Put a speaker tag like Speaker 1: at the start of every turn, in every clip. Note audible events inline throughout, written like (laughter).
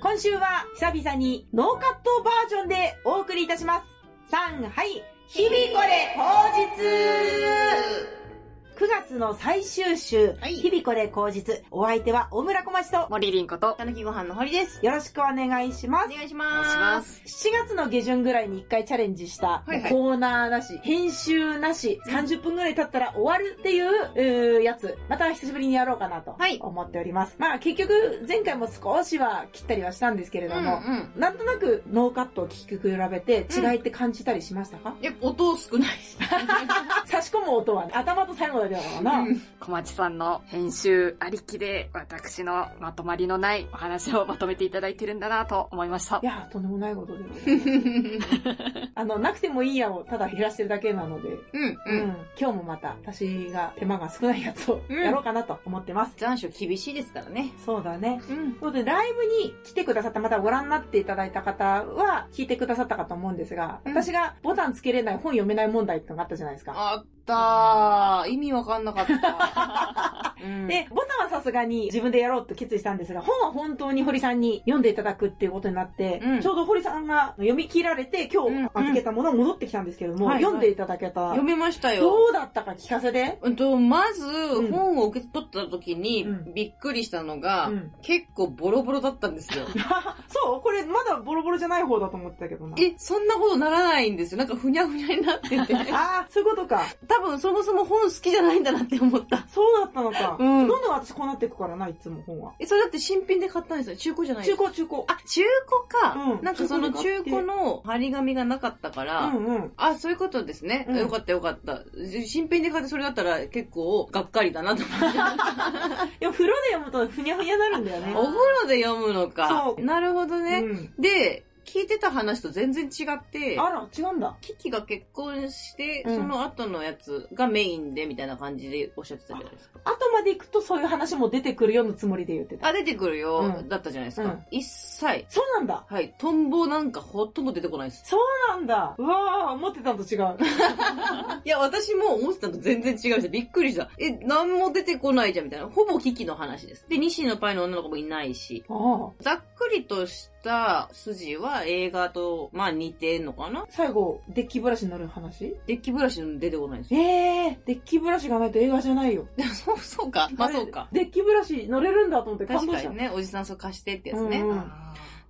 Speaker 1: 今週は久々にノーカットバージョンでお送りいたします。3、はい。日々これ口実 !9 月の最終週、
Speaker 2: はい
Speaker 1: 日々これ口実。お相手は大村小町と、
Speaker 2: 森凛子と、
Speaker 3: たぬきご飯の堀です。
Speaker 1: よろしくお願いします。
Speaker 3: お願いし
Speaker 2: お願
Speaker 3: ま
Speaker 2: い
Speaker 3: す。
Speaker 2: しま
Speaker 1: 7
Speaker 2: す。
Speaker 1: 月の下旬ぐらいに一回チャレンジした、
Speaker 2: はいはい
Speaker 1: コーナーなし、編集なし、30分ぐらい経ったら終わるっていううーやつ、また久しぶりにやろうかなと
Speaker 3: はい
Speaker 1: 思っております。まあ結局前回も少しは切ったりはしたんですけれども、
Speaker 3: うんうん。
Speaker 1: なんとなくノーカットを聞き比べて違いって感じたりしましたか、
Speaker 3: え、音少ないです。
Speaker 1: 差し込む音は頭と最後だけだからな。
Speaker 2: 小町さんの編集ありきで、私のまとまりのないお話をまとめていただいてるんだなと思いました
Speaker 1: い。や、とんでもないことでございます。あの、なくてもいいやをただ減らしてるだけなので、
Speaker 3: うん
Speaker 1: う
Speaker 3: うん。
Speaker 1: ん、今日もまた私が手間が少ないやつを
Speaker 3: うん
Speaker 1: やろうかなと思ってます。
Speaker 3: 残暑厳しいですからね。
Speaker 1: そうだね。
Speaker 3: うん。
Speaker 1: ということで、ライブに来てくださった、またご覧になっていただいた方は、聞いてくださったかと思うんですが、
Speaker 3: うん
Speaker 1: 私がボタンつけれない本読めない問題ってのがあったじゃないですか。
Speaker 3: あったー。意味わかんなかった。うん、
Speaker 1: で、ボタンはさすがに自分でやろうと決意したんですが、本は本当に堀さんに読んでいただくっていうことになって、
Speaker 3: うん
Speaker 1: ちょうど堀さんが読み切られて、今
Speaker 3: うん
Speaker 1: 日預けたものを戻ってきたんですけれども、
Speaker 3: はいはい
Speaker 1: 読んでいただけた、
Speaker 3: 読めましたよ。
Speaker 1: どうだったか聞かせて。
Speaker 3: うんと、まず、
Speaker 1: ん
Speaker 3: 本を受け取った時に
Speaker 1: うん、
Speaker 3: びっくりしたのが、
Speaker 1: うん
Speaker 3: 結構ボロボロだったんですよ。
Speaker 1: そうこれまだボロボロじゃない方だと思ってたけどな。
Speaker 3: え、そんなことならないんですよ。なんかふにゃふにゃになってて。
Speaker 1: (laughs) ああ、そういうことか。
Speaker 3: 多分そもそも本好きじゃないんだなって思った。
Speaker 1: そうだったのか。
Speaker 3: うん
Speaker 1: どんどん私こうなっていくからな、いつも本は。
Speaker 3: え、それだって新品で買ったんですよ。中古じゃない
Speaker 1: 中古、中古。
Speaker 3: あ、中古か。
Speaker 1: うん
Speaker 3: なんかその
Speaker 1: 中古
Speaker 3: 中
Speaker 1: で買って
Speaker 3: 古の張り紙がなかったから、
Speaker 1: うんうん。
Speaker 3: あ、そういうことですね。
Speaker 1: うん
Speaker 3: よかったよかった。新品で買ってそれだったら結構がっかりだなと思って。
Speaker 1: いや、風呂で読むとふにゃふにゃになるんだよね。
Speaker 3: お風呂で読むのか
Speaker 1: そ。う
Speaker 3: なるほどね。
Speaker 1: うん
Speaker 3: で、聞いてた話と全然違って、
Speaker 1: あら、違うんだ。
Speaker 3: キキが結婚して、
Speaker 1: うん
Speaker 3: その後のやつがメインでみたいな感じでおっしゃってたじゃないですか。
Speaker 1: 後まで行くとそういう話も出てくるようなつもりで言ってた。
Speaker 3: あ、出てくるよ、
Speaker 1: うん
Speaker 3: だったじゃないですか。
Speaker 1: うん
Speaker 3: 一切。
Speaker 1: そうなんだ。
Speaker 3: はい。トンボなんかほとんど出てこないです。
Speaker 1: そうなんだ。うわー、思ってたのと違 (laughs) う。
Speaker 3: いや、私も思ってたのと全然違うし、びっくりした。え、なんも出てこないじゃん、みたいな。ほぼキキの話です。で、西野パイの女の子もいないし。
Speaker 1: ああ。
Speaker 3: ざっくりとした筋は映画と、まあ似てんのかな
Speaker 1: 最後、デッキブラシになる話
Speaker 3: デッキブラシの出てこないです。
Speaker 1: ええー、デッキブラシがないと映画じゃないよ。
Speaker 3: そう、そうか。 (laughs) まあそうか。
Speaker 1: あれ。デッキブラシ乗れるんだと思って感
Speaker 3: 確
Speaker 1: 動
Speaker 3: か
Speaker 1: した。
Speaker 3: にね、おじさんそう貸してってやつね。
Speaker 1: うんうん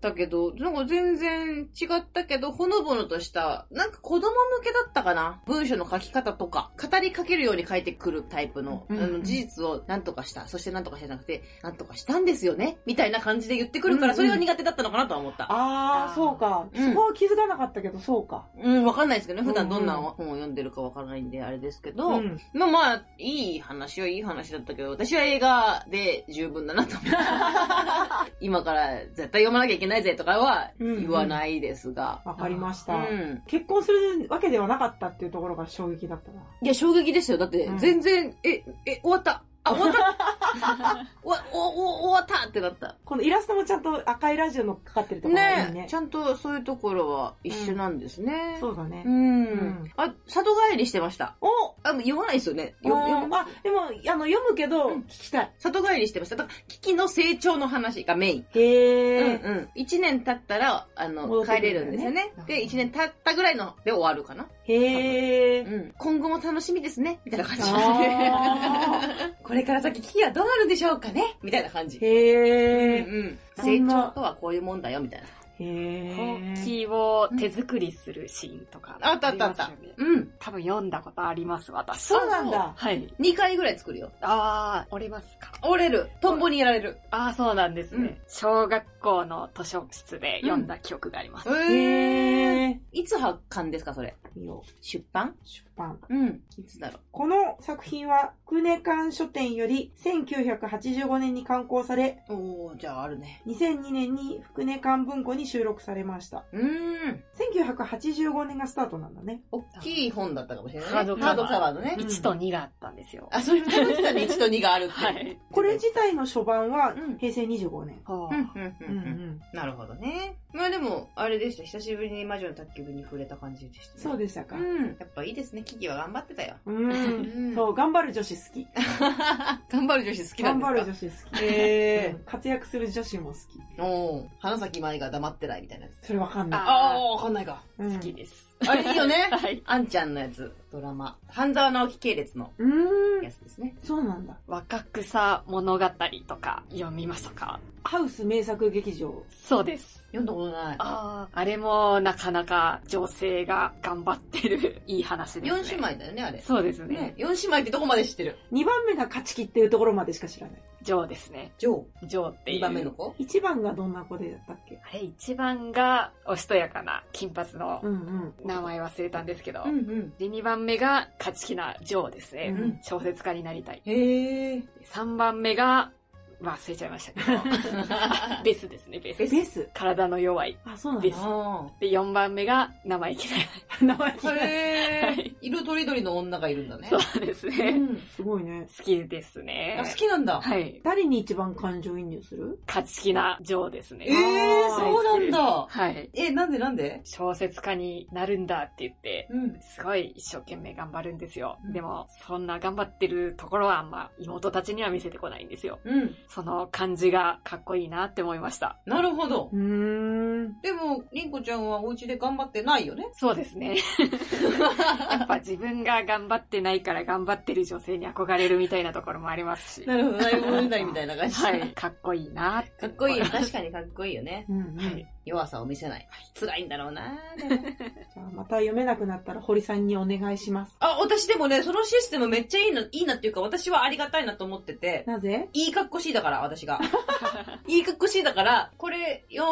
Speaker 3: だけど、なんか全然違ったけど、ほのぼのとした、なんか子供向けだったかな文章の書き方とか、語りかけるように書いてくるタイプの、
Speaker 1: うん
Speaker 3: あの事実を何とかした、そして何とかしたじゃなくて、何とかしたんですよねみたいな感じで言ってくるから、
Speaker 1: うんうん
Speaker 3: それが苦手だったのかなとは思った。
Speaker 1: あ
Speaker 3: あー
Speaker 1: あ、そうか。
Speaker 3: うん
Speaker 1: そこは気づかなかったけど、そうか。
Speaker 3: うん、わかんないですけどね。普段どんな
Speaker 1: うんうん
Speaker 3: 本を読んでるかわからないんで、あれですけど、
Speaker 1: うん。
Speaker 3: まあまあ、いい話はいい話だったけど、私は映画で十分だなと思った。
Speaker 1: (laughs)
Speaker 3: 今から絶対読まなきゃいけないぜとかは言わないですが。
Speaker 1: わかりました。
Speaker 3: うん。
Speaker 1: 結婚するわけではなかったっていうところが衝撃だったな。
Speaker 3: いや、衝撃ですよ。だって
Speaker 1: う、ん
Speaker 3: 全然、え、え、終わったあ、終わった (laughs) おわお、お、終わったってなった。
Speaker 1: このイラストもちゃんと赤いラジオのかかってるところがいい
Speaker 3: ね
Speaker 1: ね
Speaker 3: ち。ゃんとそういうところは一緒なんですね。
Speaker 1: そうだね
Speaker 3: う。ん。
Speaker 1: うん
Speaker 3: あ、里帰りしてました。
Speaker 1: お
Speaker 3: あ、もう言わないですよね。よ
Speaker 1: あ
Speaker 3: よ
Speaker 1: ーあ、でも、あの、読むけど、
Speaker 3: うん
Speaker 1: 聞きたい。
Speaker 3: 里帰りしてました。だから、キキの成長の話がメイン。
Speaker 1: へえ。
Speaker 3: うんうん。一年経ったら、あの、
Speaker 1: 戻って
Speaker 3: 帰
Speaker 1: く
Speaker 3: れ
Speaker 1: る
Speaker 3: るん
Speaker 1: ん
Speaker 3: です
Speaker 1: だ
Speaker 3: よ
Speaker 1: よね
Speaker 3: ね。で、一年経ったぐらいので終わるかな。
Speaker 1: へえ。
Speaker 3: うん。今後も楽しみですね。みたいな感じ。 (laughs)
Speaker 1: あ
Speaker 3: これから先、キキはどうなるでしょうかねみたいな感じ。
Speaker 1: ー
Speaker 3: うん
Speaker 1: (laughs) へえ。
Speaker 3: うん。
Speaker 1: そ
Speaker 3: 成
Speaker 1: んな
Speaker 3: 長とはこういうもんだよ、みたいな。
Speaker 1: へ
Speaker 2: ほう
Speaker 1: え。
Speaker 2: きを手作りするシーンとか、
Speaker 3: あったあったあった
Speaker 2: りますよね。
Speaker 3: うん。
Speaker 2: 多分読んだことあります、私。
Speaker 1: そうなんだ。
Speaker 2: はい。
Speaker 3: 2回ぐらい作るよ。
Speaker 2: あー、折れますか。
Speaker 3: 折れる。トンボにやられる。
Speaker 2: あー、そうなんです
Speaker 3: う
Speaker 2: ね。
Speaker 3: ん
Speaker 2: 小学校の図書室で読んだ記憶があります。
Speaker 3: え。
Speaker 1: へえ。
Speaker 3: いつ発刊ですか、それ。
Speaker 1: いいよ
Speaker 3: 出版
Speaker 1: 出版。
Speaker 3: うん。いつだろ
Speaker 1: この作品は、クネカン書店より1985年に刊行され、
Speaker 3: う。おー、じゃああるね。
Speaker 1: 2002年に福根館文庫に収録されました。
Speaker 3: うーん。
Speaker 1: 1985年がスタートなんだね。
Speaker 3: 大きい本だったかもしれない、ね。
Speaker 2: ハードカバー
Speaker 3: ハードのね。
Speaker 2: 1と2があったんですよ。
Speaker 3: あ、それ見ましたね。1と2があるって。
Speaker 2: はい。
Speaker 1: これ自体の初版は
Speaker 3: うん
Speaker 1: 平成25年。
Speaker 2: は
Speaker 3: うん、
Speaker 2: あ
Speaker 3: うん、
Speaker 1: う
Speaker 3: うん。
Speaker 1: うんん
Speaker 3: なるほどね。まあでも、あれでした。久しぶりに魔女の宅急便に触れた感じでした、ね。
Speaker 1: そう
Speaker 3: で
Speaker 1: でしたか。
Speaker 3: うん。やっぱいいですね。キキは頑張ってたよ。
Speaker 1: う。
Speaker 3: うん (laughs) ん
Speaker 1: そう、頑張る女子好き。
Speaker 3: 頑張る女子好きなん
Speaker 1: 頑
Speaker 3: で
Speaker 1: 張る
Speaker 3: すか
Speaker 1: 女子好き。
Speaker 3: え
Speaker 1: うん活躍する女子も好き。
Speaker 3: ー。おー花咲舞が黙ってないみたいなやつ。
Speaker 1: それわかんない。
Speaker 2: あー
Speaker 3: ー、わかんないか。
Speaker 1: うん
Speaker 2: 好きです。
Speaker 3: あれいいよね。
Speaker 2: はい。
Speaker 3: (laughs) あんちゃんのやつ。ドラマ。半沢直樹系列の
Speaker 1: うーん
Speaker 3: や。つですね。
Speaker 1: そうなんだ。
Speaker 2: 若草物語とか読みましたか
Speaker 1: ハウス名作劇場。
Speaker 2: そうです。
Speaker 3: 読んだことない。
Speaker 2: ああ、あれもなかなか女性が頑張ってる (laughs) いい話ですね。
Speaker 3: 四姉妹だよね、あれ。
Speaker 2: そうです
Speaker 3: ね
Speaker 2: ね。、
Speaker 3: 四姉妹ってどこまで知ってる
Speaker 1: 2番目が勝ち切っていうところまでしか知らない。
Speaker 2: ジョーですね。
Speaker 3: ジョ
Speaker 2: ジョーって
Speaker 3: ー。
Speaker 2: いう。
Speaker 3: 2番目の。子
Speaker 1: 1番がどんな子でだったっけ
Speaker 2: はい、一番がおしとやかな金髪の
Speaker 1: うんうん。
Speaker 2: 名前忘れたんですけど、
Speaker 3: うん。
Speaker 2: で、2番目が勝ち気なジョーですね。
Speaker 1: うん
Speaker 2: 小説家になりたい。
Speaker 3: へ (laughs) え。
Speaker 2: 3番目が、忘れちゃいましたけど、
Speaker 3: (laughs)
Speaker 2: ベスですね、ベス。
Speaker 1: ベス。
Speaker 2: 体の弱い。
Speaker 1: あ、そうなん
Speaker 2: ベ
Speaker 1: だ
Speaker 3: (laughs)
Speaker 2: ス。
Speaker 3: あ
Speaker 2: で、4番目が生意気な。
Speaker 1: (laughs) 名前聞い
Speaker 3: あ。
Speaker 1: ない
Speaker 3: へ
Speaker 2: は
Speaker 3: え。色とりどりの女がいるんだね。
Speaker 2: そうです
Speaker 3: う
Speaker 2: ね。
Speaker 3: ん。
Speaker 1: すごいね。
Speaker 2: 好きですね
Speaker 3: あ、。好きなんだ。
Speaker 2: はい。
Speaker 1: 誰に一番感情移入する
Speaker 2: 勝ち気なジョーですね。
Speaker 3: ええ
Speaker 1: あー
Speaker 3: そうなんだ。
Speaker 2: はい。
Speaker 3: え、なんでなんで
Speaker 2: 小説家になるんだって言って、
Speaker 3: うん。
Speaker 2: すごい一生懸命頑張るんですよ
Speaker 3: うん。
Speaker 2: でも、そんな頑張ってるところはあんま妹たちには見せてこないんですよ。
Speaker 3: うん。
Speaker 2: その感じがかっこいいなって思いました。
Speaker 3: なるほど
Speaker 1: う。ーん。
Speaker 3: でも、りんこちゃんはお家で頑張ってないよね。
Speaker 2: そうですね。 (laughs) やっぱ自分が頑張ってないから頑張ってる女性に憧れるみたいなところもありますし。
Speaker 3: なるほど。大物になりみたいな感じ。
Speaker 2: はい。かっこいいなって
Speaker 3: かっこいい。確かにかっこいいよね。
Speaker 1: うんうん。
Speaker 2: は
Speaker 1: じ
Speaker 2: い。
Speaker 3: 弱さを見せない。辛いんだろうな
Speaker 1: ゃあまた読めなくなったら堀さんにお願いします。
Speaker 3: あ、私でもね、そのシステムめっちゃいいな、いいなっていうか、私はありがたいなと思ってて、
Speaker 1: なぜ
Speaker 3: いい格好しいだから、私 (laughs) が。いい格好しいだから、これ、読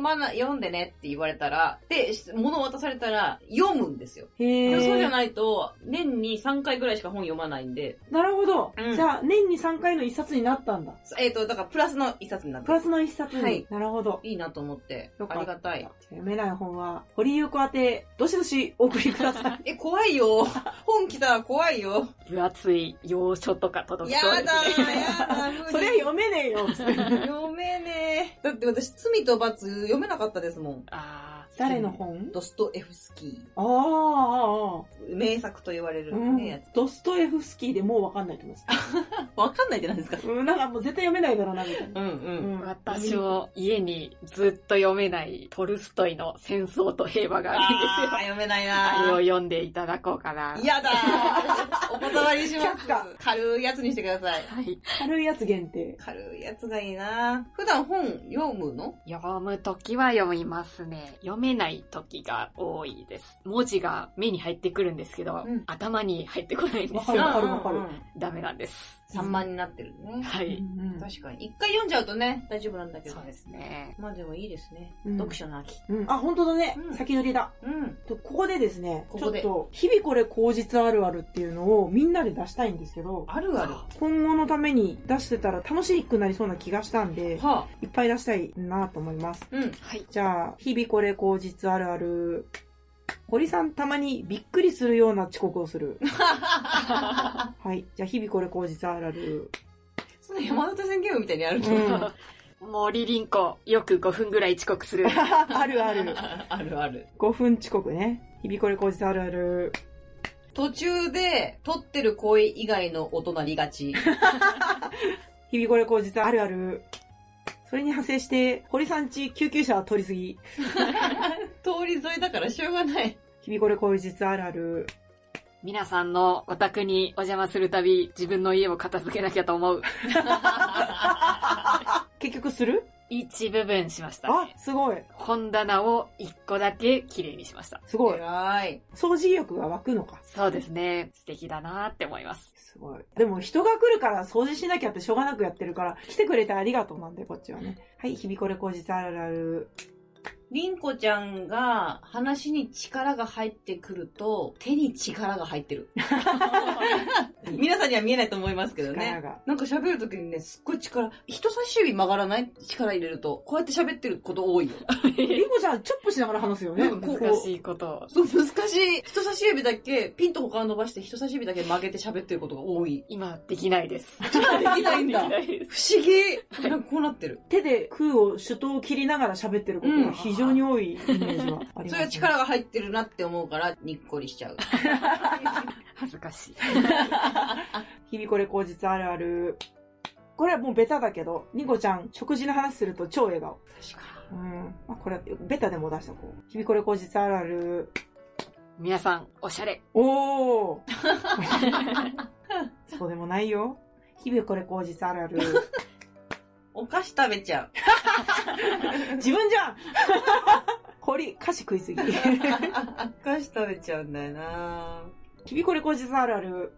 Speaker 3: まな、読んでねって言われたら、で、物を渡されたら、読むんですよ。
Speaker 1: へ
Speaker 3: でもそうじゃ
Speaker 1: え。
Speaker 3: ないと、年に3回ぐらいしか本読まないんで、
Speaker 1: なるほど
Speaker 3: う。ん
Speaker 1: じゃあ、年に3回の一冊になったんだ。
Speaker 3: えっ、と、だからプラスの一冊になっ
Speaker 1: プ
Speaker 3: て
Speaker 1: ラ
Speaker 3: ます
Speaker 1: スの一冊
Speaker 3: は
Speaker 1: に
Speaker 3: い。
Speaker 1: なるほど。
Speaker 3: いいなと思って、
Speaker 1: よか
Speaker 3: あ
Speaker 1: った
Speaker 3: りがたい。
Speaker 1: 読めない本は、堀ゆう子宛て、どしどしお送りくだ
Speaker 3: (laughs)
Speaker 1: さい。
Speaker 3: え、怖いよ。本来たら怖いよ。
Speaker 2: 分厚い洋書とか届き
Speaker 3: や
Speaker 2: そう
Speaker 3: だ
Speaker 2: ですね。
Speaker 3: ー、やだー、無理
Speaker 1: それは読めねえよ。
Speaker 3: (laughs) 読めねえ。だって私、罪と罰読めなかったですもん。
Speaker 2: あー
Speaker 1: 誰の本
Speaker 3: ドストエフスキ
Speaker 1: ああああ、あ
Speaker 3: ー。名作と言われ
Speaker 1: あ
Speaker 3: る
Speaker 1: うん
Speaker 3: ね、やつ。
Speaker 1: ドストエフスキーでもうわかんないと思います。
Speaker 3: わかんないってなんですか
Speaker 1: うん、なんかもう絶対読めないだろうな、みたいな。
Speaker 3: んう。
Speaker 1: うんん
Speaker 2: 私。も家にずっと読めないトルストイの戦争と平和があるんです
Speaker 3: あ
Speaker 2: よ
Speaker 3: ー。読めない
Speaker 2: あれを
Speaker 3: な
Speaker 2: 読んでいただこうかな。
Speaker 3: やだー。お断りしま
Speaker 1: 却
Speaker 3: す
Speaker 1: 下。
Speaker 3: 軽いやつにしてください。
Speaker 2: はい。
Speaker 1: 軽いやつ限定。
Speaker 3: 軽いやつがいいな普段本読むの
Speaker 2: 読むときは読みますね。読めないときが多いです。文字が目に入ってくるんですけど、
Speaker 3: うん
Speaker 2: 頭に入ってこないんです
Speaker 1: わ
Speaker 2: よ。
Speaker 1: かるわかる
Speaker 3: うんうんうん
Speaker 2: ダメなんです。
Speaker 3: 散漫になってるね。
Speaker 2: は
Speaker 1: う
Speaker 2: い。
Speaker 1: んうん
Speaker 3: 確かに。一回読んじゃうとね、大丈夫なんだけど
Speaker 2: そう。ですね。
Speaker 3: まあでもいいですね。
Speaker 1: うん
Speaker 3: 読書の秋。
Speaker 1: うん、あ、本当だね
Speaker 3: う。ん
Speaker 1: 先取りだ。
Speaker 3: うん。
Speaker 1: とここでですね、
Speaker 3: ここで
Speaker 1: ちょっと、日々これ口実あるあるっていうのをみんなで出したいんですけど、
Speaker 3: あるある。は
Speaker 1: 今後のために出してたら楽しくなりそうな気がしたんで、
Speaker 3: あ。
Speaker 1: いっぱい出したいなと思います。
Speaker 3: うん。
Speaker 2: はい。
Speaker 1: じゃあ、日々これ口実あるある。堀さんたまにびっくりするような遅刻をする。はい。じゃあ、日々これ口実あるある。
Speaker 3: その山手線ゲームみたいにある
Speaker 1: う
Speaker 3: の、
Speaker 1: ん。
Speaker 2: 森凛子、よく5分ぐらい遅刻する。
Speaker 1: あるある。
Speaker 3: (laughs) あるある。
Speaker 1: 5分遅刻ね。日々これ口実あるある。
Speaker 3: 途中で、撮ってる声以外の音なりがち。
Speaker 1: 日々これ口実あるある。それに派生して、堀さんち救急車は取りすぎ。
Speaker 3: (laughs) 通り沿いだからしょうがない。
Speaker 1: 日々これ口実あるある。
Speaker 2: 皆さんのお宅にお邪魔するたび、自分の家を片付けなきゃと思う。
Speaker 1: 結局する
Speaker 2: 一部分しました
Speaker 1: あ
Speaker 2: ね。、
Speaker 1: すごい。
Speaker 2: 本棚を1個だけ綺麗にしました。
Speaker 1: すごい。
Speaker 3: 偉い。
Speaker 1: 掃除意欲が湧くのか。
Speaker 2: そうですね。素敵だなって思います。
Speaker 1: すごい。でも人が来るから掃除しなきゃってしょうがなくやってるから、来てくれてありがとうなんで、こっちはね。はい、日々これ口実あるある。
Speaker 3: りんこちゃんが (laughs) 話に力が入ってくると、手に力が入ってる。皆さんには見えないと思いますけど
Speaker 1: 力
Speaker 3: ね。 (laughs)
Speaker 1: が。
Speaker 3: なんか喋るときにね、すっごい力、人差し指曲がらない力入れると、こうやって喋ってること多いよ。
Speaker 1: リコちゃん、チョップしながら話すよね。
Speaker 3: うんこう
Speaker 2: 難しいこと。
Speaker 3: そう、難しい。人差し指だけ、ピンと他を伸ばして人差し指だけ曲げて喋ってることが
Speaker 1: (laughs)
Speaker 3: 多い。
Speaker 2: 今、できないです。で
Speaker 3: できないんだ。
Speaker 2: です。
Speaker 3: 不思議。なんかこうなってる。
Speaker 1: 手で空を手刀を切りながら喋ってることが非常に多いイメージはあります、ね
Speaker 3: (laughs) それは力が入ってるなって思うから、にっこりしちゃう。
Speaker 2: (laughs) 恥ずかしい。
Speaker 1: 日々これ口実あるある。これはもうベタだけど、ニコちゃん、食事の話すると超笑顔。
Speaker 3: 確か
Speaker 1: うん。まあ、これ、ベタでも出したこう。日々これ口実あるある。
Speaker 2: 皆さん、おしゃれ。
Speaker 1: おーそうでもないよ。日々これ口実あるあ
Speaker 3: (laughs)
Speaker 1: る。
Speaker 3: お菓子食べち
Speaker 1: (laughs)
Speaker 3: ゃう。
Speaker 1: 自分じゃんこり、菓子食いすぎ。
Speaker 3: お菓子食べちゃうんだよな
Speaker 1: 日々これ口実あるある。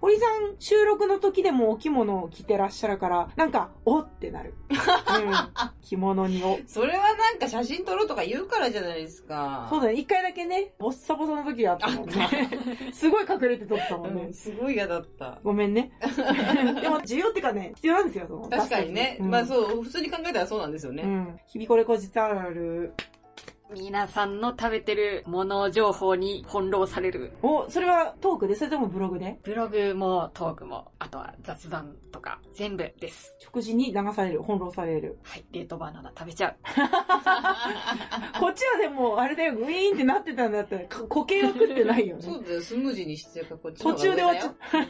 Speaker 1: 堀さん、収録の時でもお着物を着てらっしゃるから、なんか、おってなる。うん。着物にお。
Speaker 3: それはなんか写真撮ろうとか言うからじゃないですか。
Speaker 1: そうだね、一回だけね、ボッサボサの時があったもんね。すごい隠れて撮ったもんね。
Speaker 3: うん、すごい嫌だった。
Speaker 1: ごめんね。でも、需要ってかね、必要なんですよ、その。
Speaker 3: 確かにね。
Speaker 1: うん
Speaker 3: まあそう、普通に考えたらそうなんですよ
Speaker 1: う
Speaker 3: ね。
Speaker 1: ん。日々これこ実あるある。
Speaker 2: 皆さんの食べてるもの情報に翻弄される。
Speaker 1: お、それはトークで、それともブログで
Speaker 2: ブログもトークも、あとは雑談とか、全部です。
Speaker 1: 食事に流される、翻弄される。
Speaker 2: はい。冷凍バナナ食べちゃう。
Speaker 1: こっちはでも、あれだよ、ウィーンってなってたんだったら、か固形は食ってないよ
Speaker 3: (laughs) そ
Speaker 1: ね。
Speaker 3: うだよ、スムージーにしてるからこっちの
Speaker 1: 途
Speaker 3: 方が
Speaker 1: 中で終わっちゃ
Speaker 3: 上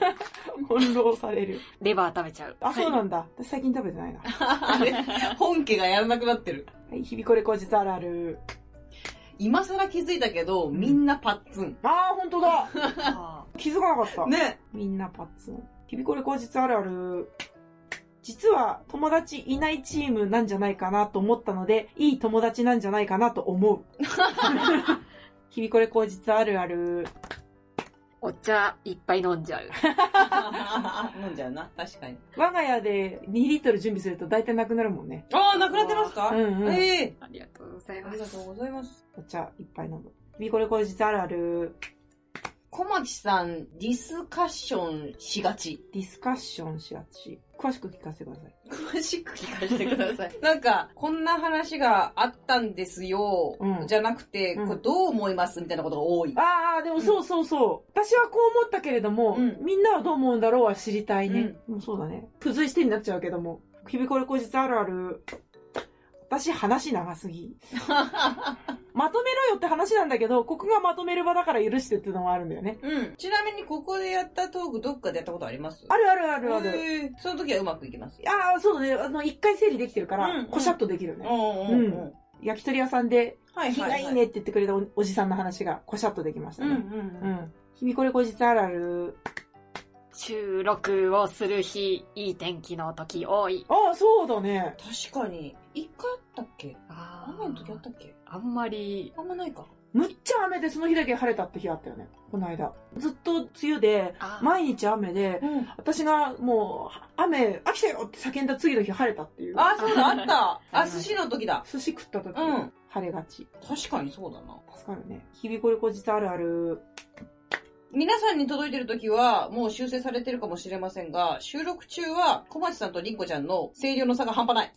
Speaker 1: う。 (laughs) 翻弄される。
Speaker 2: レバー食べちゃう。
Speaker 1: あ、そう
Speaker 2: はい
Speaker 1: なんだ。私最近食べてないな。は
Speaker 3: だよあれ本家がやらなくなってる。
Speaker 1: い、日々これこ実あるある。
Speaker 3: 今更気づいたけど、みんなパッツン。
Speaker 1: あー、ほんとだ。
Speaker 2: あ
Speaker 1: 気づかなかった。
Speaker 3: ね。
Speaker 1: みんなパッツン。日々これ口実あるある。実は友達いないチームなんじゃないかなと思ったので、いい友達なんじゃないかなと思う。日々これ口実あるある。
Speaker 2: お茶いっぱい飲んじゃう。
Speaker 3: (laughs) 飲んじゃうな、確かに。
Speaker 1: 我が家で2リットル準備すると大体なくなるもんね。
Speaker 3: ああ、なくなってますか
Speaker 1: うんうん
Speaker 3: ええ
Speaker 2: ありがとうござい
Speaker 3: あ
Speaker 2: ま
Speaker 3: りが
Speaker 2: す
Speaker 3: と。うございます。
Speaker 1: お茶いっぱい飲む。日々これ口実あるある。
Speaker 3: 小町さん、ディスカッションしがち。
Speaker 1: ディスカッションしがち。詳しく聞かせてください。
Speaker 3: 詳しく聞かせてください。 (laughs) なんか、こんな話があったんですよ、
Speaker 1: うん
Speaker 3: じゃなくて、
Speaker 1: うん
Speaker 3: これどう思いますみたいなことが多 (laughs) い。
Speaker 1: ああ、でもそうそうそう。私はこう思ったけれども、
Speaker 3: うん
Speaker 1: みんなはどう思うんだろうは知りたいね。もうそうだね。付随してになっちゃうけども。日々これ後日あるある。私話長すぎ。まとめろよって話なんだけど、ここがまとめる場だから許してっていうのもあるんだよね。
Speaker 3: うん。ちなみに、ここでやったトーク、どっかでやったことあります
Speaker 1: あるあるあるある。
Speaker 3: へーその時はうまくいきますよ。
Speaker 1: ああ、そうだね。あの、一回整理できてるか
Speaker 3: うんう
Speaker 1: ら
Speaker 3: ん、
Speaker 1: こしゃっとできるよね。
Speaker 3: お
Speaker 1: うん焼き鳥屋さんで、
Speaker 3: はいはい、はい。
Speaker 1: 品がいいね。って言ってくれたおおじさんの話が、こしゃっとできました
Speaker 3: うんう。
Speaker 1: ね。うんん。日々これ後日あるある。
Speaker 2: (laughs) 収録をする日、いい天気の時多い。
Speaker 1: ああ、そうだね。
Speaker 3: 確かに、一回あったっけ
Speaker 2: あ
Speaker 3: 雨の時あったっけ
Speaker 2: あんまり、
Speaker 3: あんまないか。
Speaker 1: むっちゃ雨でその日だけ晴れたって日あったよね。この間。ずっと梅雨で、
Speaker 2: あー
Speaker 1: 毎日雨で、
Speaker 3: うん。
Speaker 1: 私がもう、雨、飽きたよって叫んだ次の日晴れたっていう。
Speaker 3: あ、そうだ、あ (laughs) った。
Speaker 2: は
Speaker 3: あ、
Speaker 2: い
Speaker 3: 寿司の時だ。
Speaker 1: 寿司食った時、
Speaker 3: うん
Speaker 1: 晴れがち。
Speaker 3: 確かにそうだな。
Speaker 1: 助かるね。日々これこじつあるある。
Speaker 3: 皆さんに届いてる時は、もう修正されてるかもしれませんが、収録中は、小町さんとりんこちゃんの声量の差が半端ない。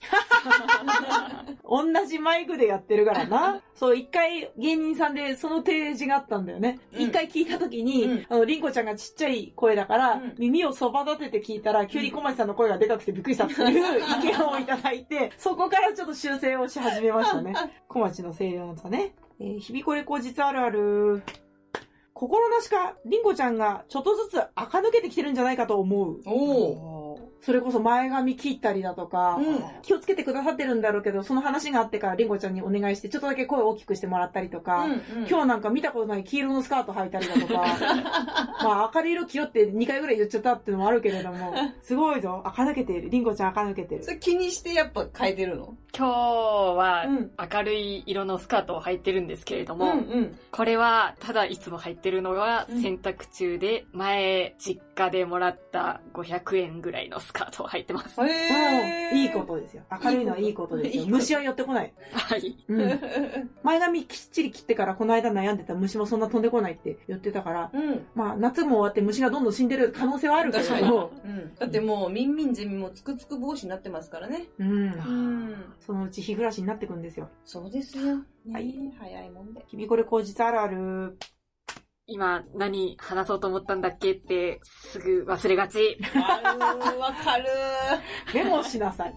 Speaker 1: 同じマイクでやってるから
Speaker 3: (laughs)
Speaker 1: な。そう、一回芸人さんでその提示があったんだよね。
Speaker 3: うん
Speaker 1: 一、回聞いた時に、
Speaker 3: うん
Speaker 1: あの、りんこちゃんがちっちゃい声だから、
Speaker 3: うん
Speaker 1: 耳をそば立てて聞いたら、急に小町さんの声がでかくてびっくりしたって
Speaker 3: (laughs)
Speaker 1: いう意見をいただいて、そこからちょっと修正をし始めました
Speaker 3: (laughs)
Speaker 1: ね。小町の声量の差ね。えー、日々これ後日あるある。心なしか、りんこちゃんがちょっとずつ垢抜けてきてるんじゃないかと思う。
Speaker 3: おお。
Speaker 1: それこそ前髪切ったりだとか、
Speaker 3: うん
Speaker 1: 気をつけてくださってるんだろうけど、その話があってから、りんごちゃんにお願いして、ちょっとだけ声を大きくしてもらったりとか、今日なんか見たことない黄色のスカート履いたりだとか、まあ、明るい色着よって2回ぐらい言っちゃったっていうのもあるけれども、すごいぞ。垢抜けている。りんごちゃん垢抜けてる
Speaker 3: そ。れ気にしてやっぱ変えてるの
Speaker 2: 今日は
Speaker 3: うん
Speaker 2: 明るい色のスカートを履いてるんですけれど
Speaker 3: う
Speaker 2: も、
Speaker 3: んうん。
Speaker 2: これはただいつも履いてるのは
Speaker 3: うん
Speaker 2: 洗濯中で、前実家でもらった500円ぐらいのスカートを履いてます。
Speaker 4: へ
Speaker 1: うんいいことですよ。明るいのはいいことです
Speaker 4: いい
Speaker 1: よ。
Speaker 4: こと
Speaker 1: 虫は寄ってこない。
Speaker 2: はい。
Speaker 1: うん。前髪きっちり切ってからこの間悩んでた虫もそんな飛んでこないって言ってたから、
Speaker 3: (laughs) うん。
Speaker 1: まあ夏も終わって虫がどんどん死んでる可能性はあるけ
Speaker 3: 確か
Speaker 1: ど、
Speaker 3: うん。だってもう、ミンミンゼミもつくつく帽子になってますからね。
Speaker 1: うん。
Speaker 3: ん。
Speaker 1: そのうち日暮らしになってくんですよ。
Speaker 3: そうです
Speaker 1: は
Speaker 3: よ。はいい。早いもんで。
Speaker 1: 日々これ口実あるある。
Speaker 2: 今、何話そうと思ったんだっけって、すぐ忘れがち。
Speaker 3: あるわかる
Speaker 1: メモしなさい。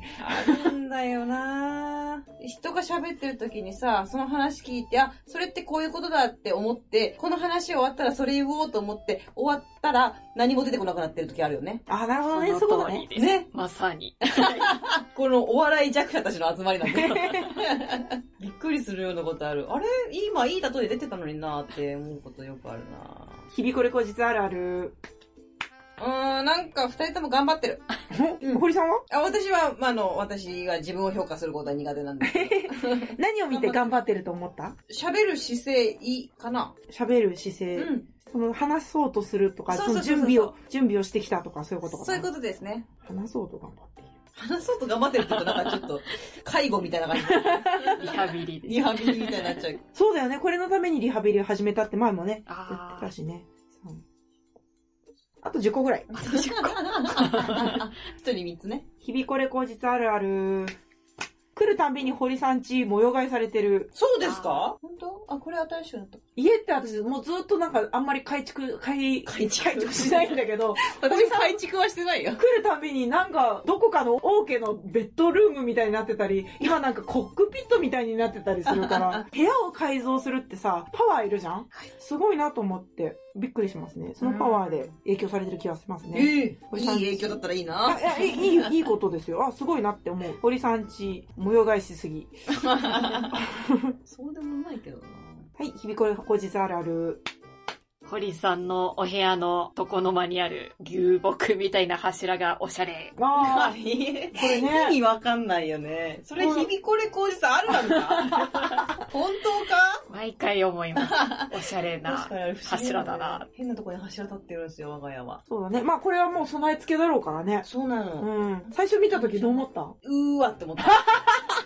Speaker 3: あるんだよな人が喋ってる時にさ、その話聞いて、あ、それってこういうことだって思って、この話終わったらそれ言おうと思って、終わったら何も出てこなくなってる時あるよね。
Speaker 1: (laughs) あ、なるほどね、そういう
Speaker 2: そ
Speaker 1: こと
Speaker 2: の通り
Speaker 1: ね。
Speaker 2: です。
Speaker 3: ね。
Speaker 2: まさに。
Speaker 3: このお笑い弱者たちの集まりなんで。 (laughs) びっくりするようなことある。あれ今いい例え出てたのになって思うことよくある
Speaker 1: 日々これ口実あるある。
Speaker 3: なうーん、なんか二人とも頑張ってる。
Speaker 1: お、お堀さんは
Speaker 3: あ、私は、まあ、あの、私が自分を評価することは苦手なんですけど。
Speaker 1: 何を見て頑張ってると思った
Speaker 3: 喋る姿勢いいかな
Speaker 1: 喋る姿
Speaker 3: う
Speaker 1: 勢、
Speaker 3: ん。
Speaker 1: その話そうとするとか、
Speaker 3: そう
Speaker 1: そ
Speaker 3: そう
Speaker 1: の
Speaker 3: そうそう
Speaker 1: 準備を、準備をしてきたとか、そういうことかな。
Speaker 3: そういうことですね。
Speaker 1: 話そうと頑張っている。
Speaker 3: 話そうと頑張ってるって言うとなんかちょ (laughs) っと、介護みたいな感じで。
Speaker 2: リハ
Speaker 1: (laughs)
Speaker 2: ビリです。
Speaker 3: リハビリみたいになっちゃう。
Speaker 1: そうだよね、これのためにリハビリを始めたって前もね、言っ
Speaker 2: あ
Speaker 1: て
Speaker 2: ー
Speaker 1: たしね。そうあと10個ぐらい。
Speaker 3: 一人三つね。
Speaker 1: 日々これ口実あるある。来るたんびに堀さんち模様替えされてる。
Speaker 3: そうですか本当あ、これ新しいのと。
Speaker 1: 家って私もうずっとなんかあんまり改築、 (laughs) 改、
Speaker 3: 改築
Speaker 1: 改築しないんだけ
Speaker 3: (laughs)
Speaker 1: ど、
Speaker 4: 私改築はしてないよ。
Speaker 1: 来るたびになんかどこかの王家のベッドルームみたいになってたり、今なんかコックピットみたいになってたりするから、
Speaker 3: (laughs)
Speaker 1: 部屋を改造するってさ、パワーいるじゃん、すごいなと思って、びっくりしますね。そのパワーで影響されてる気がしますね。
Speaker 3: ええいい影響だったらいいな
Speaker 1: あ。いやいいいい、いいことですよ。あ、すごいなって思う。堀さんち、模様替えしすぎ。
Speaker 3: (laughs) そうでもないけどな。
Speaker 1: はい、日々これ、口実あるある。
Speaker 2: 堀さんのお部屋の床の間にある牛木みたいな柱がおしゃれ。
Speaker 3: (laughs)
Speaker 1: ああ、
Speaker 3: れ
Speaker 1: これ
Speaker 3: 意
Speaker 1: ね。
Speaker 3: 味わかんないよね。それ、
Speaker 1: うん
Speaker 3: ひびこれ工事さんあるなんだ。 (laughs) 本当
Speaker 2: 毎回思
Speaker 1: (laughs)
Speaker 2: います。おしゃれ
Speaker 3: か
Speaker 2: な。
Speaker 3: に
Speaker 2: 柱だな。
Speaker 3: 変なとこに柱立ってるんですよ、我が家は。
Speaker 1: そうだね。まあこれはもう備え付けだろうからね。
Speaker 3: そうな
Speaker 1: う
Speaker 3: の。
Speaker 1: ん。最初見た時どう思った
Speaker 3: うーわって思 (laughs) った。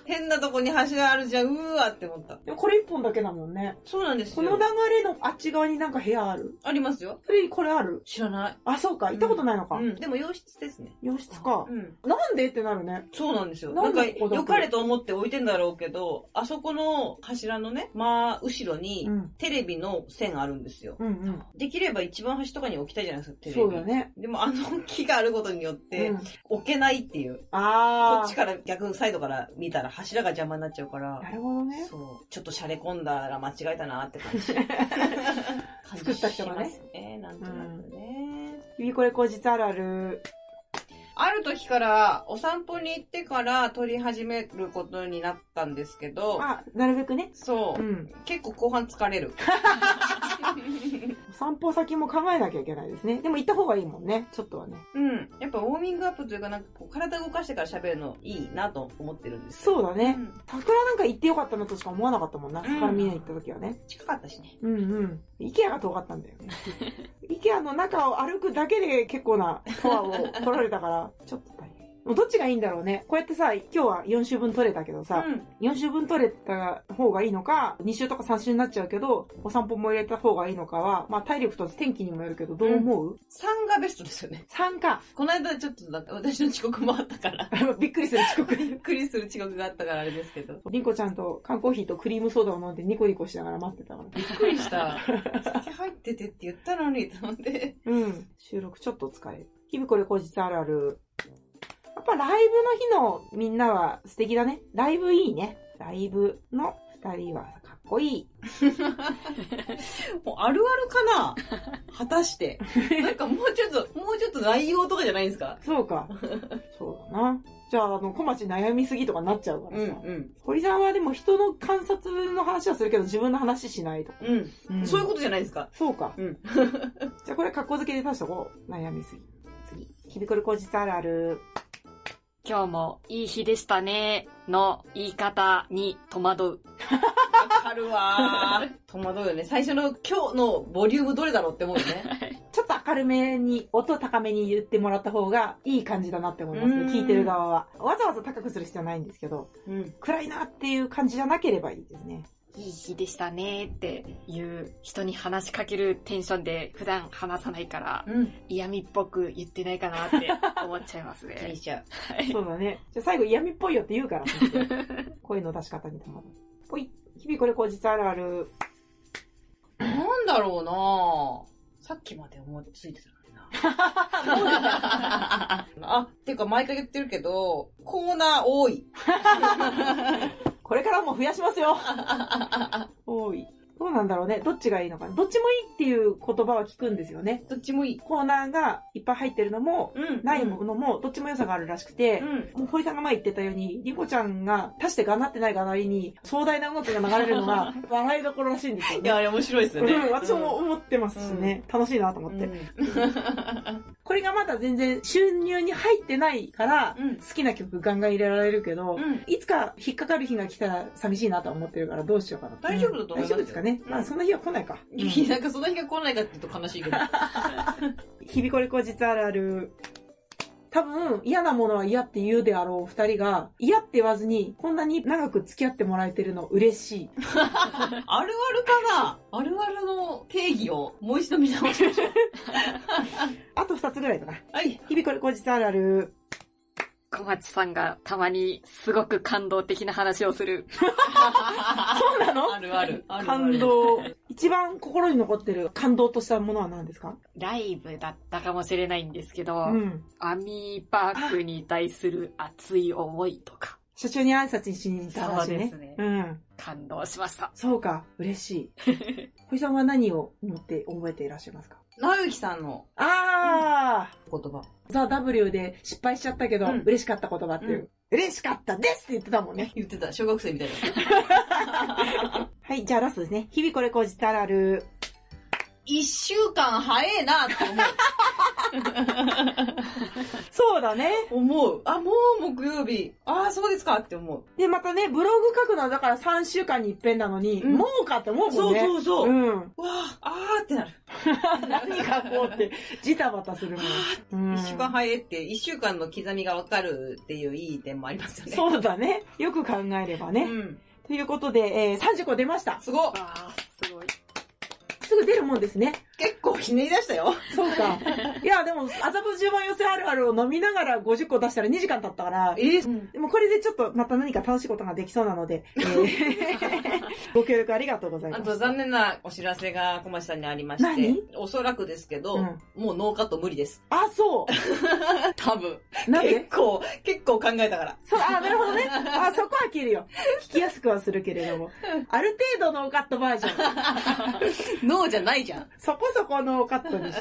Speaker 3: 変なとこに柱あるじゃん、うーわって思った。
Speaker 1: でもこれ一本だけだもんね。
Speaker 3: そうなんです
Speaker 1: こ
Speaker 3: よ。
Speaker 1: の流れのあっち側になんか部屋ある
Speaker 3: ありますよ。
Speaker 1: それにこれある
Speaker 3: 知らない。
Speaker 1: あ、そうか。行ったことないのか。
Speaker 3: うん。でも洋室ですね。
Speaker 1: 洋室か
Speaker 3: う。ん。
Speaker 1: なんでってなるね。
Speaker 3: そうなんですよ。
Speaker 1: な
Speaker 3: なんん
Speaker 1: で
Speaker 3: か、
Speaker 1: ここだけ
Speaker 3: 良かれと思って置いてんだろうけど、あそこの柱のね、まあ、後ろに
Speaker 1: う、ん。
Speaker 3: テレビの線あるんですよ。
Speaker 1: うんうん。
Speaker 3: できれば一番端とかに置きたいじゃないですか、テレビ。
Speaker 1: そうだね。
Speaker 3: でもあの木があることによっ
Speaker 1: う
Speaker 3: て、
Speaker 1: ん、
Speaker 3: 置けないっていう。こ
Speaker 1: あ
Speaker 3: っちから逆サイドから見たら柱が邪魔になっちゃうから
Speaker 1: あ。。なるほどね。
Speaker 3: そう。ちょっと洒落込んだら間違えたなって感じ。 (laughs)
Speaker 1: 作った人がね
Speaker 3: 感じしますね。なんとなくね。
Speaker 1: ひびこれ口実あるある。
Speaker 3: ある時からお散歩に行ってから撮り始めることになったんですけど、
Speaker 1: あ、なるべくね。
Speaker 3: そうう。
Speaker 1: ん。
Speaker 3: 結構後半疲れる。
Speaker 1: お散歩先も考えなきゃいけないですね。でも行った方がいいもんね。ちょっとはね。
Speaker 3: うん。やっぱウォーミングアップというか、なんかこう体動かしてから喋るのいいなと思ってるんです。
Speaker 1: そうだね。
Speaker 3: うん
Speaker 1: 桜なんか行ってよかったなとしか思わなかったもんな。桜見に行った時はね。
Speaker 3: 近かったしね。
Speaker 1: うんうん。イケアが遠かったんだよね。イケアの中を歩くだけで結構なパワーを取られたから、 (laughs) ちょっと大変。もうどっちがいいんだろうね。こうやってさ、今日は4週分取れたけどさ、
Speaker 3: うん。
Speaker 1: 4週分取れた方がいいのか、2週とか3週になっちゃうけど、お散歩も入れた方がいいのかは、まあ体力と天気にもよるけど、どう思う、
Speaker 3: 3がベストですよね。
Speaker 1: ?3 か。 (laughs)
Speaker 3: この間ちょっとだって私の遅刻もあったから。
Speaker 1: びっくりする遅刻。
Speaker 3: びっくりする遅刻があったからあれですけど。
Speaker 1: リンコちゃんと缶コーヒーとクリームソーダを飲んでニコニコしながら待ってたから。
Speaker 3: びっくりした。酒入っててって言ったのに、と思って。
Speaker 1: うん。収録ちょっと疲れる。日々これ後日あるある。やっぱライブの日のみんなは素敵だね。ライブいいね。ライブの二人はかっこいい。
Speaker 3: (laughs) もうあるあるかな果たして。 (laughs) なんかもうちょっと、もうちょっと内容とかじゃないんですか
Speaker 1: そうか。そうだな。じゃあ、あの、小町悩みすぎとかなっちゃうからさ。
Speaker 3: ん。
Speaker 1: 堀さんはでも人の観察の話はするけど自分の話しないとか。
Speaker 3: うん。
Speaker 1: うん
Speaker 3: そういうことじゃないですか
Speaker 1: そうか。
Speaker 3: うん
Speaker 1: じゃあこれ格好付けで出しとこう。悩みすぎ。次。日々これ後日あるある。
Speaker 2: 今日もいい日でしたね。の言い方に戸惑
Speaker 3: わ (laughs) かるわー。戸惑うよね。最初の今日のボリュームどれだろうって思うよね。
Speaker 1: ちょっと明るめに、音高めに言ってもらった方がいい感じだなって思います
Speaker 3: うん
Speaker 1: ね。聞いてる側は。わざわざ高くする必要はないんですけど、
Speaker 3: (laughs) うん。
Speaker 1: 暗いなっていう感じじゃなければいいですね。
Speaker 2: いい日でしたねっていう人に話しかけるテンションで普段話さないから
Speaker 3: うん。
Speaker 2: 嫌味っぽく言ってないかなって思っちゃいます
Speaker 5: 気に
Speaker 1: (laughs)
Speaker 2: ね
Speaker 5: し。ちゃう。
Speaker 1: そうだね。じゃあ最後嫌味っぽいよって言うから、
Speaker 3: (laughs)
Speaker 1: 声の出し方に戸惑う。ほい。日々これ後日あるある。
Speaker 3: なんだろうなさっきまで思いついてたのにな。 (laughs) あ、てか毎回言ってるけど、コーナー多い。
Speaker 1: これからも増やします
Speaker 3: (laughs)
Speaker 1: よ。多い。どうなんだろうね。どっちがいいのかな。どっちもいいっていう言葉は聞くんですよね。
Speaker 3: どっちもいい。
Speaker 1: コーナーがいっぱい入ってるのも、
Speaker 3: うん
Speaker 1: ないものも、どっちも良さがあるらしくて、
Speaker 3: うん。
Speaker 1: もう堀さんが前言ってたように、リコちゃんが足してがなってないがなりに、壮大な音楽が流れるの
Speaker 3: (laughs)
Speaker 1: が笑いどころらしいんですよ
Speaker 5: い
Speaker 1: ね。
Speaker 5: や、あれ面白いですよね。
Speaker 1: うん私も思ってますしね、楽しいなと思って、これがまだ全然収入に入ってないから、
Speaker 3: うん
Speaker 1: 好きな曲ガンガン入れられるけど、
Speaker 3: うん。
Speaker 1: いつか引っかかる日が来たら寂しいなとは思ってるからどうしようかな
Speaker 3: 大丈夫だと思います
Speaker 1: 大丈
Speaker 3: よ
Speaker 1: 夫ですかね。
Speaker 3: うん
Speaker 1: まあそんな日は来ないか。
Speaker 5: いやなんかその日が来ないかって言うと悲しいけど。
Speaker 1: 日々これ後日あるある。多分、嫌なものは嫌って言うであろう二人が、嫌って言わずに、こんなに長く付き合ってもらえてるの嬉しい。
Speaker 5: あるあるかなあるあるの定義をもう一度見直しましょう。
Speaker 1: あと二つぐらいだな。
Speaker 5: はい。
Speaker 3: (laughs)
Speaker 1: 日々これ後日あるある。
Speaker 2: 小町さんがたまにすごく感動的な話をする。
Speaker 1: そうなの
Speaker 5: あるある。
Speaker 1: 感。動。一番心に残ってる感動としたものは何ですか
Speaker 2: ライブだったかもしれないんですけど、
Speaker 1: うん。
Speaker 2: アミーパークに対する熱い思いとか、
Speaker 1: 社長に挨拶しに行った話
Speaker 2: そうで
Speaker 1: ね。
Speaker 2: すね
Speaker 1: うん。
Speaker 2: 感動しました。
Speaker 1: そうか、嬉しい。堀さんは何を思って覚えていらっしゃいますか
Speaker 3: 直きさんの
Speaker 1: ああ、
Speaker 3: 言葉。
Speaker 1: ザ・ W で失敗しちゃったけど、
Speaker 3: うん
Speaker 1: 嬉しかった言葉っていう。嬉しかったですって言ってたもんね。
Speaker 3: 言ってた。小学生みたいな。
Speaker 1: はい、じゃあラストですね。日々これこじたらる。
Speaker 3: 一週間早えなって
Speaker 1: そうだね。
Speaker 3: 思う。思う。あ、もう木曜日。ああ、そうですかって思う。
Speaker 1: で、またね、ブログ書くのはだから3週間に一遍なのに、
Speaker 3: うん
Speaker 1: もうかって思うもんね。
Speaker 3: そうそうそう
Speaker 1: うん。わ
Speaker 3: わあ、あー (laughs) ってなる。
Speaker 1: (laughs) 何書こうって、ジタバタするもん。うん
Speaker 3: 一週間早いって、一週間の刻みがわかるっていういい点もありますよね。
Speaker 1: そうだね。よく考えればね。
Speaker 3: うん。
Speaker 1: ということで、えー、30個出ました。
Speaker 3: すごっ
Speaker 2: わあ、すごい。
Speaker 1: すぐ出るもんですね。
Speaker 3: 結構ひねり出したよ。
Speaker 1: そうか。 (laughs) いや、でも、麻布十番寄せあるあるを飲みながら50個出したら2時間経ったから、
Speaker 3: え
Speaker 1: でもこれでちょっとまた何か楽しいことができそうなの (laughs) で、えーご協力ありがとうございます。
Speaker 3: あと残念なお知らせが小町さんにありまして
Speaker 1: 何、
Speaker 3: おそらくですけど、
Speaker 1: うん
Speaker 3: もうノーカット無理です。
Speaker 1: あ、そ
Speaker 3: 多分。
Speaker 1: う。なん
Speaker 3: 結
Speaker 1: で
Speaker 3: 構、結構考えたから。
Speaker 1: そう、あ、なるほどね。あ、そこは切るよ。聞きやすくはするけれど (laughs) も。ある程度のカットバージョン。
Speaker 5: ノーじゃないじゃん。
Speaker 1: そこそこのカットにし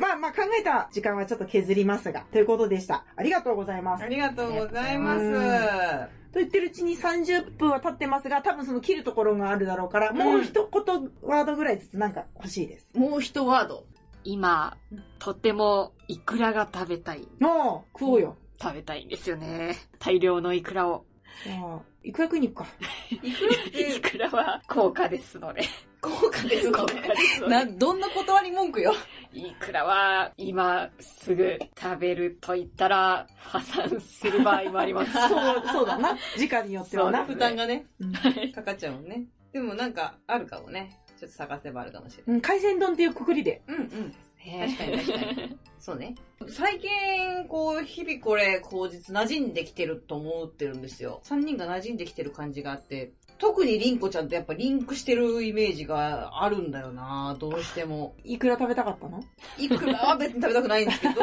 Speaker 1: まあまあ考えた時間はちょっと削りますが、ということでした。ありがとうございます
Speaker 3: あ。りがとうございます。
Speaker 1: と言ってるうちに30分は経ってますが、多分その切るところがあるだろうから、もう一言ワードぐらいずつなんか欲しいです。
Speaker 5: もう一ワード。
Speaker 2: 今、とてもイクラが食べたい。
Speaker 1: もう、食おうよ。
Speaker 2: 食べたいんですよね。大量のイクラを。
Speaker 1: ああ、いくら食いに行くか。
Speaker 3: いくらって
Speaker 2: イクラは高価ですので。
Speaker 3: 効果です
Speaker 2: (laughs) 高
Speaker 3: か
Speaker 2: 価ですの
Speaker 3: な、
Speaker 2: で。
Speaker 3: どんな断り文句よ。
Speaker 2: イクラは今すぐ食べると言ったら破産する場合もあり (laughs) ます。
Speaker 1: そう、 (laughs) そうだな。時間によってはな
Speaker 2: そ。
Speaker 3: 負担がね、
Speaker 1: うん
Speaker 3: かかっちゃうもんね。でもなんか、あるかもね。ちょっと探せばあるかもしれない。
Speaker 1: うん、海鮮丼っていうくくりで。
Speaker 3: うんうん。
Speaker 2: ね
Speaker 3: 確かに確かに。そうね。最近、こう、日々これ、口実馴染んできてると思ってるんですよ。3人が馴染んできてる感じがあって、特にリンコちゃんとやっぱリンクしてるイメージがあるんだよなどうしても。
Speaker 1: いくら食べたか (laughs) ったの
Speaker 3: いくらは別に食べたくないんですけど、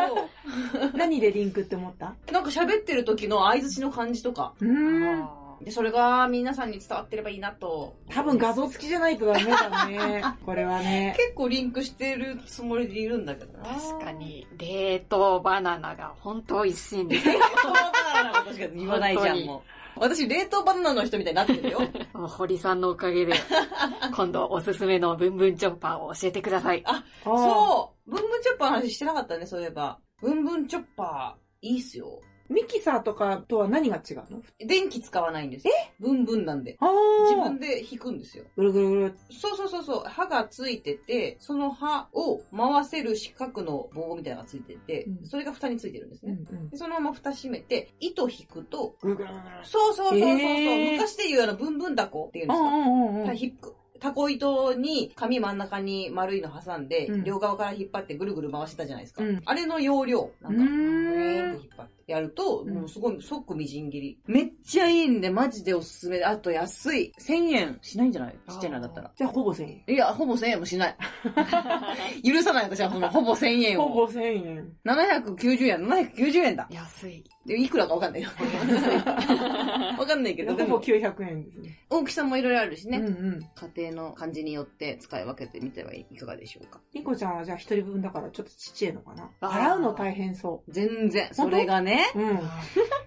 Speaker 1: 何でリンクって思った
Speaker 3: なんか喋ってる時の相槌の感じとか。
Speaker 1: うーん。
Speaker 2: あ
Speaker 3: で、それが皆さんに伝わってればいいなと。
Speaker 1: 多分画像付きじゃないとダメだね。 (laughs) これはね。
Speaker 3: 結構リンクしてるつもりでいるんだけどな。
Speaker 2: ー確か。に、冷凍バナナが本当美味しいん (laughs) ですよ。
Speaker 3: 確かに言わないじゃん、もう。私、冷凍バナナの人みたいになってる (laughs) よ。
Speaker 2: もう堀さんのおかげで、今度おすすめのブンブンチョッパーを教えてください。
Speaker 1: ああ
Speaker 3: そうブンブンチョッパーの話してなかったね、そういえば。ブンブンチョッパー、いいっすよ。
Speaker 1: ミキサーとかとは何が違うの
Speaker 6: 電気使わないんです。えブンブンなんで。
Speaker 1: あ
Speaker 6: 自
Speaker 1: あ
Speaker 6: 分で引くんですよ。
Speaker 1: ぐるぐるぐる。
Speaker 6: そうそうそうそう、歯がついてて、その歯を回せる四角の棒みたいなのがついてて、
Speaker 1: うん
Speaker 6: それが蓋についてるんです
Speaker 1: うんう
Speaker 6: ね。
Speaker 1: ん。
Speaker 6: でそのまま蓋閉めて、糸引くと、
Speaker 1: ぐるぐるぐる。
Speaker 6: そうそうそうそうそう、
Speaker 1: えー
Speaker 6: 昔で言うあの、ブンブンダコっていうん
Speaker 1: う
Speaker 6: ですか。
Speaker 1: んうんうんう
Speaker 6: た
Speaker 1: ん。
Speaker 6: ひっくタコ糸に紙真ん中に丸いの挟んで、
Speaker 1: うん
Speaker 6: 両側から引っ張ってぐるぐる回してたじゃないですか。
Speaker 1: うん
Speaker 6: あれの容量、なんか、
Speaker 1: う
Speaker 6: ウ
Speaker 1: ーん
Speaker 6: ィーンって引っ張ってやると、
Speaker 1: うん
Speaker 6: もうすごい即みじん切り。
Speaker 3: めっちゃいいんで、マジでおすすめで。あと安い。1000円しないんじゃないちっちゃいのだったら。
Speaker 1: じゃあほぼ1000円。
Speaker 3: いや、ほぼ1000円も
Speaker 1: (laughs)
Speaker 3: しない。許さない私はそのほぼ1000円
Speaker 1: ほ
Speaker 3: を。
Speaker 1: ぼ1000円。
Speaker 3: 790円、790円だ。
Speaker 2: 安い。
Speaker 3: でいくらかわかんな
Speaker 1: (laughs)
Speaker 3: いよ。
Speaker 2: (laughs)
Speaker 3: わかんないけど、
Speaker 1: ほ
Speaker 3: で
Speaker 1: ぼ
Speaker 3: も
Speaker 1: 900円ですね。
Speaker 3: 大きさもいろいろあるしね、
Speaker 1: うんうん。
Speaker 3: 家庭の感じによって使い分けてみてはいかがでしょうか。
Speaker 1: リコちゃんはじゃあ一人分だからちょっとちっちゃいのかな。
Speaker 2: あー
Speaker 1: 洗うの大変そ
Speaker 3: 全然、
Speaker 1: 当
Speaker 3: それがね、
Speaker 1: う。うん。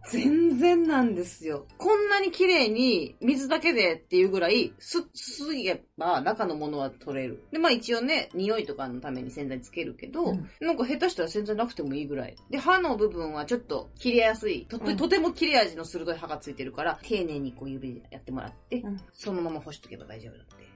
Speaker 3: 全然なんですよ。こんなに綺麗に水だけでっていうぐらい、す、すげば中のものは取れる。で、まあ一応ね、匂いとかのために洗剤つけるけど、
Speaker 1: うん
Speaker 3: なんか下手したら洗剤なくてもいいぐらい。で、歯の部分はちょっと切れやすい。と、
Speaker 1: うん
Speaker 3: とても切れ味の鋭い歯がついてるから、丁寧にこう指でやってもらって、
Speaker 1: うん
Speaker 3: そのまま干しとけば大丈夫だって。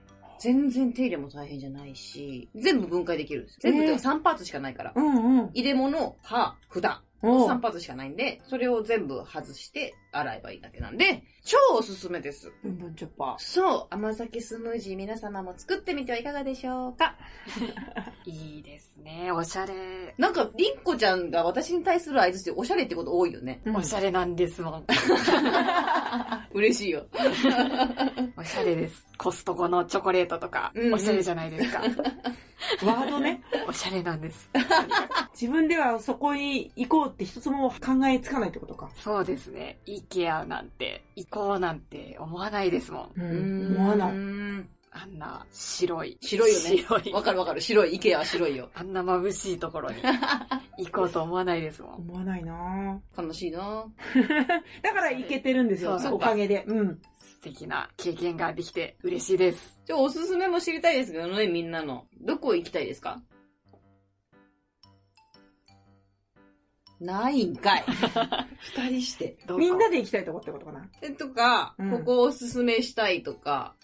Speaker 3: 全然手入れも大変じゃないし、全部分解できるんですよ。全部っていうか3パーツしかないから。
Speaker 1: うんうん。
Speaker 3: 入れ物、歯、札。
Speaker 1: お
Speaker 3: 3
Speaker 1: う
Speaker 3: 発しかないんで、それを全部外して洗えばいいだけなんで、超おすすめです。
Speaker 1: ブンブンチョッパー。
Speaker 3: そう、甘酒スムージー皆様も作ってみてはいかがでしょうか
Speaker 2: いいですね。おしゃれ。
Speaker 3: なんか、りんこちゃんが私に対する合図っておしゃれってこと多いよね。 (laughs)
Speaker 1: うん
Speaker 2: おしゃれなんですもん。
Speaker 3: 嬉しいよ。
Speaker 2: おしゃれです。コストコのチョコレートとか
Speaker 3: うんう、ん
Speaker 2: おしゃれじゃないで
Speaker 3: (laughs)
Speaker 2: すか。
Speaker 1: ワードね。
Speaker 2: おしゃれなんです。
Speaker 1: 自分ではそこに行こうって一つも考えつかないってことか。
Speaker 2: そうですね。イケアなんて、行こうなんて思わないですもん。
Speaker 1: う。
Speaker 3: うん
Speaker 1: 思わない。
Speaker 3: い。
Speaker 2: あんな白い。
Speaker 3: 白いよね
Speaker 2: 白い
Speaker 3: わ。かるわかる。白い。イケアは白いよ。
Speaker 2: あんな眩しいところ
Speaker 3: (laughs)
Speaker 2: に行こうと思わないですもん。
Speaker 1: 思わないなぁ
Speaker 3: 楽しいな
Speaker 1: だから行けてるんですよ
Speaker 2: そう、
Speaker 1: おかげで。うん。
Speaker 2: 素敵な経験ができて嬉しいです。
Speaker 3: じゃあおすすめも知りたいですけどね、みんなの。どこ行きたいですかないんかい。 (laughs)
Speaker 6: 二人して。
Speaker 2: どうか
Speaker 1: みんなで行きたいとこってことかな。
Speaker 3: えとか、
Speaker 1: うん
Speaker 3: ここをおすすめしたいとか、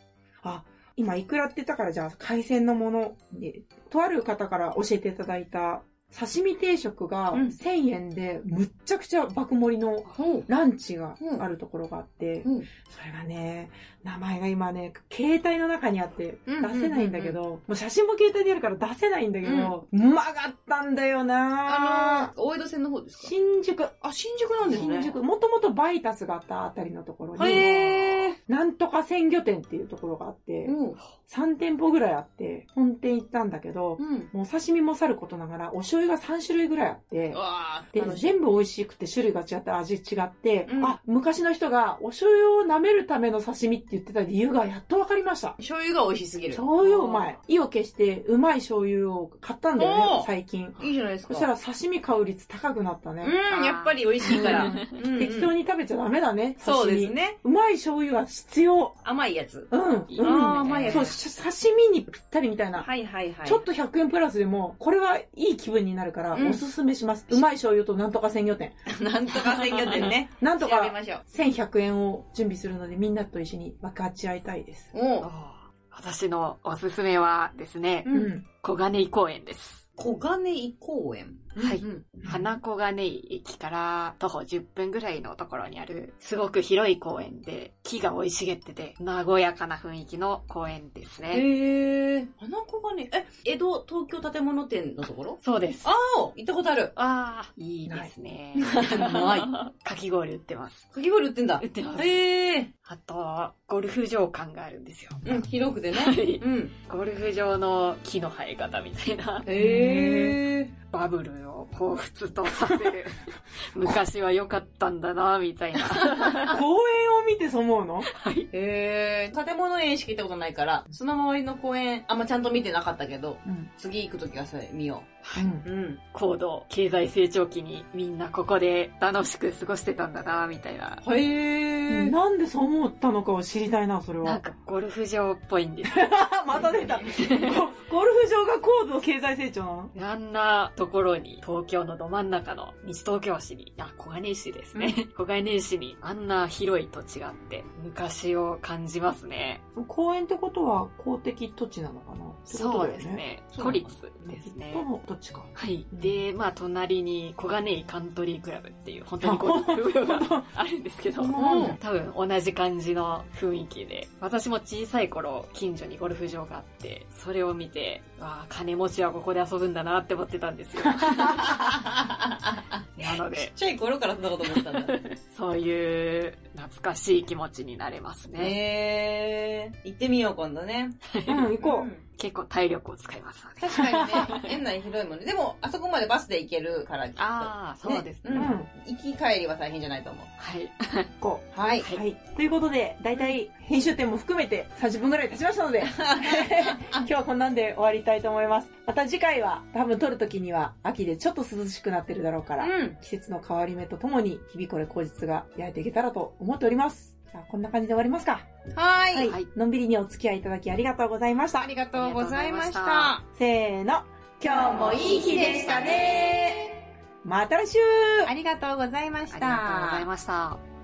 Speaker 1: あ、今、いくらって言ったから、じゃあ、海鮮のもので、とある方から教えていただいた、刺身定食が
Speaker 3: うん
Speaker 1: 1000円で、むっちゃくちゃ爆盛りの
Speaker 3: ほう
Speaker 1: ランチがあるところがあって、
Speaker 3: うん
Speaker 1: それがね、名前が今ね、携帯の中にあって出せないんだけど、もう写真も携帯でやるから出せないんだけど、曲がったんだよ
Speaker 3: あ
Speaker 1: なぁ
Speaker 3: の、大江戸線の方ですか
Speaker 1: 新宿。
Speaker 3: あ、新宿なんですね。
Speaker 1: 新宿、もともとバイタスがあったあたりのところに、
Speaker 3: へえ。
Speaker 1: なんとか鮮魚店っていうところがあって、
Speaker 3: うん。
Speaker 1: 3店舗ぐらいあって、本店行ったんだけど、
Speaker 3: うん。
Speaker 1: もうお刺身もさることながら、お醤油が3種類ぐらいあって、
Speaker 3: わあ
Speaker 1: で、
Speaker 3: 楽しい
Speaker 1: 全部美味しくて種類が違って味違って、
Speaker 3: うん
Speaker 1: あ、昔の人がお醤油を舐めるための刺身って言ってた理由がやっとわかりました。
Speaker 3: 醤油が美味しすぎる。
Speaker 1: 醤油うまい。意を決してうまい醤油を買ったんだよ
Speaker 3: お
Speaker 1: ね
Speaker 3: ー、
Speaker 1: 最近。
Speaker 3: いいじゃないですか。
Speaker 1: そしたら刺身買う率高くなったね。
Speaker 3: うん、やっぱり美味しいから。
Speaker 1: う (laughs)
Speaker 3: うんんうん
Speaker 1: 適当に食べちゃダメだね、刺身。
Speaker 3: そうですね。
Speaker 1: うまい醤油は必要。
Speaker 3: 甘いやつ。
Speaker 1: うん。うん
Speaker 2: いいな
Speaker 3: あーまあや
Speaker 1: そう、し刺身にぴったりみたいな。
Speaker 3: はいはいはい。
Speaker 1: ちょっと100円プラスでも、これはいい気分になるから、
Speaker 3: うん
Speaker 1: おすすめします。うまい醤油となんとか鮮魚店。
Speaker 3: と、なんとか鮮魚店ね。
Speaker 1: なん (laughs) と
Speaker 3: 調べ
Speaker 1: か
Speaker 3: ましょう。
Speaker 1: 1100円を準備するので、みんなと一緒に分かち合いたいです。
Speaker 3: おう
Speaker 2: あー私のおすすめはですね、
Speaker 3: う。
Speaker 1: うんん。
Speaker 2: 小金井公園です。
Speaker 3: 小金井公園。
Speaker 2: はい
Speaker 3: うん
Speaker 2: 花小金井駅から徒歩10分ぐらいのところにある、すごく広い公園で、木が生い茂ってて、和やかな雰囲気の公園ですね。
Speaker 3: へえ。花小金井。え、江戸東京建物店のところ
Speaker 2: そうです。
Speaker 3: ああ行ったことある。
Speaker 2: ああ、いいですね。
Speaker 3: ない。
Speaker 2: (laughs) かき氷売ってます。
Speaker 3: かき氷売ってんだ
Speaker 2: 売。ってます。
Speaker 3: へえ。
Speaker 2: あと、ゴルフ場感があるんですよ。
Speaker 3: うん、広くてね。
Speaker 2: はい
Speaker 3: うん。
Speaker 2: ゴルフ場の木の生え方みたいな、
Speaker 3: へえ。
Speaker 2: バブルを彷彿とさせ (laughs) る。昔は良かったんだな、みたいな。
Speaker 1: 公園を見てそう思うの
Speaker 2: はい。
Speaker 3: へえ。建物園しか行ったことないから、その周りの公園、あんまちゃんと見てなかったけど、
Speaker 1: うん。
Speaker 3: 次行くときはそれ見よ
Speaker 1: うん。
Speaker 3: う。うん。
Speaker 2: 高度、経済成長期にみんなここで楽しく過ごしてたんだな、みたいな。
Speaker 3: へえ。
Speaker 1: なんでそう思ったのかを知りたいな、それ
Speaker 2: なん
Speaker 1: は。
Speaker 2: かゴルフ場っぽいんです。 (laughs)
Speaker 1: また出 (laughs) た。ゴゴルフ場が高度経済成長なの
Speaker 2: あんなところに東京のど真ん中の西東京市に、あ、小金井市ですね。小金井市にあんな広い土地があって、昔を感じますね。
Speaker 1: 公園ってことは公的土地なのかな
Speaker 2: そうです。ね。
Speaker 3: そう
Speaker 2: 都
Speaker 3: なん
Speaker 2: 立
Speaker 3: です
Speaker 2: ですね。
Speaker 1: との土地か。
Speaker 2: はい。
Speaker 1: うん
Speaker 2: で、まあ、隣に小金井カントリークラブっていう、本当にこう、風呂があるんですけ
Speaker 1: (laughs)
Speaker 2: ど、
Speaker 1: うん
Speaker 2: 多分同じ感じの雰囲気で、私も小さい頃、近所にゴルフ場があって、それを見て、わあ、金持ちはここで遊ぶんだなって思ってたん (laughs) ですよ。なの
Speaker 6: ちっ
Speaker 2: で、
Speaker 6: ちゃい頃からそんなこと思ってたんだ。
Speaker 2: そういう懐かしい気持ちになれますね。
Speaker 6: へえー、行ってみよう今度ね。
Speaker 1: うん、行こ
Speaker 6: う
Speaker 1: う。
Speaker 6: ん
Speaker 2: 結構体力を使いますので。
Speaker 6: 確かにね、園内広いもんね。でも、あそこまでバスで行けるから、
Speaker 2: ああ、そうですね。
Speaker 1: うん、
Speaker 6: ね
Speaker 1: 行
Speaker 6: 行き帰りは大変じゃないと思う。
Speaker 2: はい。
Speaker 1: こ
Speaker 6: はい。
Speaker 1: う。はい。ということで、大体編集点も含めて30分ぐらい経ちました (laughs) ので、今日はこんなんで終わりたいと思います。また次回は、多分撮る時には秋でちょっと涼しくなってるだろうから、
Speaker 6: うん。
Speaker 1: 季節の変わり目とともに、日々これ口実がやれていけたらと思っております。じゃあ、こんな感じで終わりますか。
Speaker 6: は。
Speaker 1: はい
Speaker 2: はい
Speaker 1: のんびりにお付き合いいただきありがとうございました
Speaker 6: あ。りがとうございまし
Speaker 2: ありがとうございました
Speaker 6: た。
Speaker 1: せーの。今日もいい日でしたね。また来週
Speaker 6: ありがとうございまし
Speaker 2: あり
Speaker 6: た。
Speaker 2: がとうございました。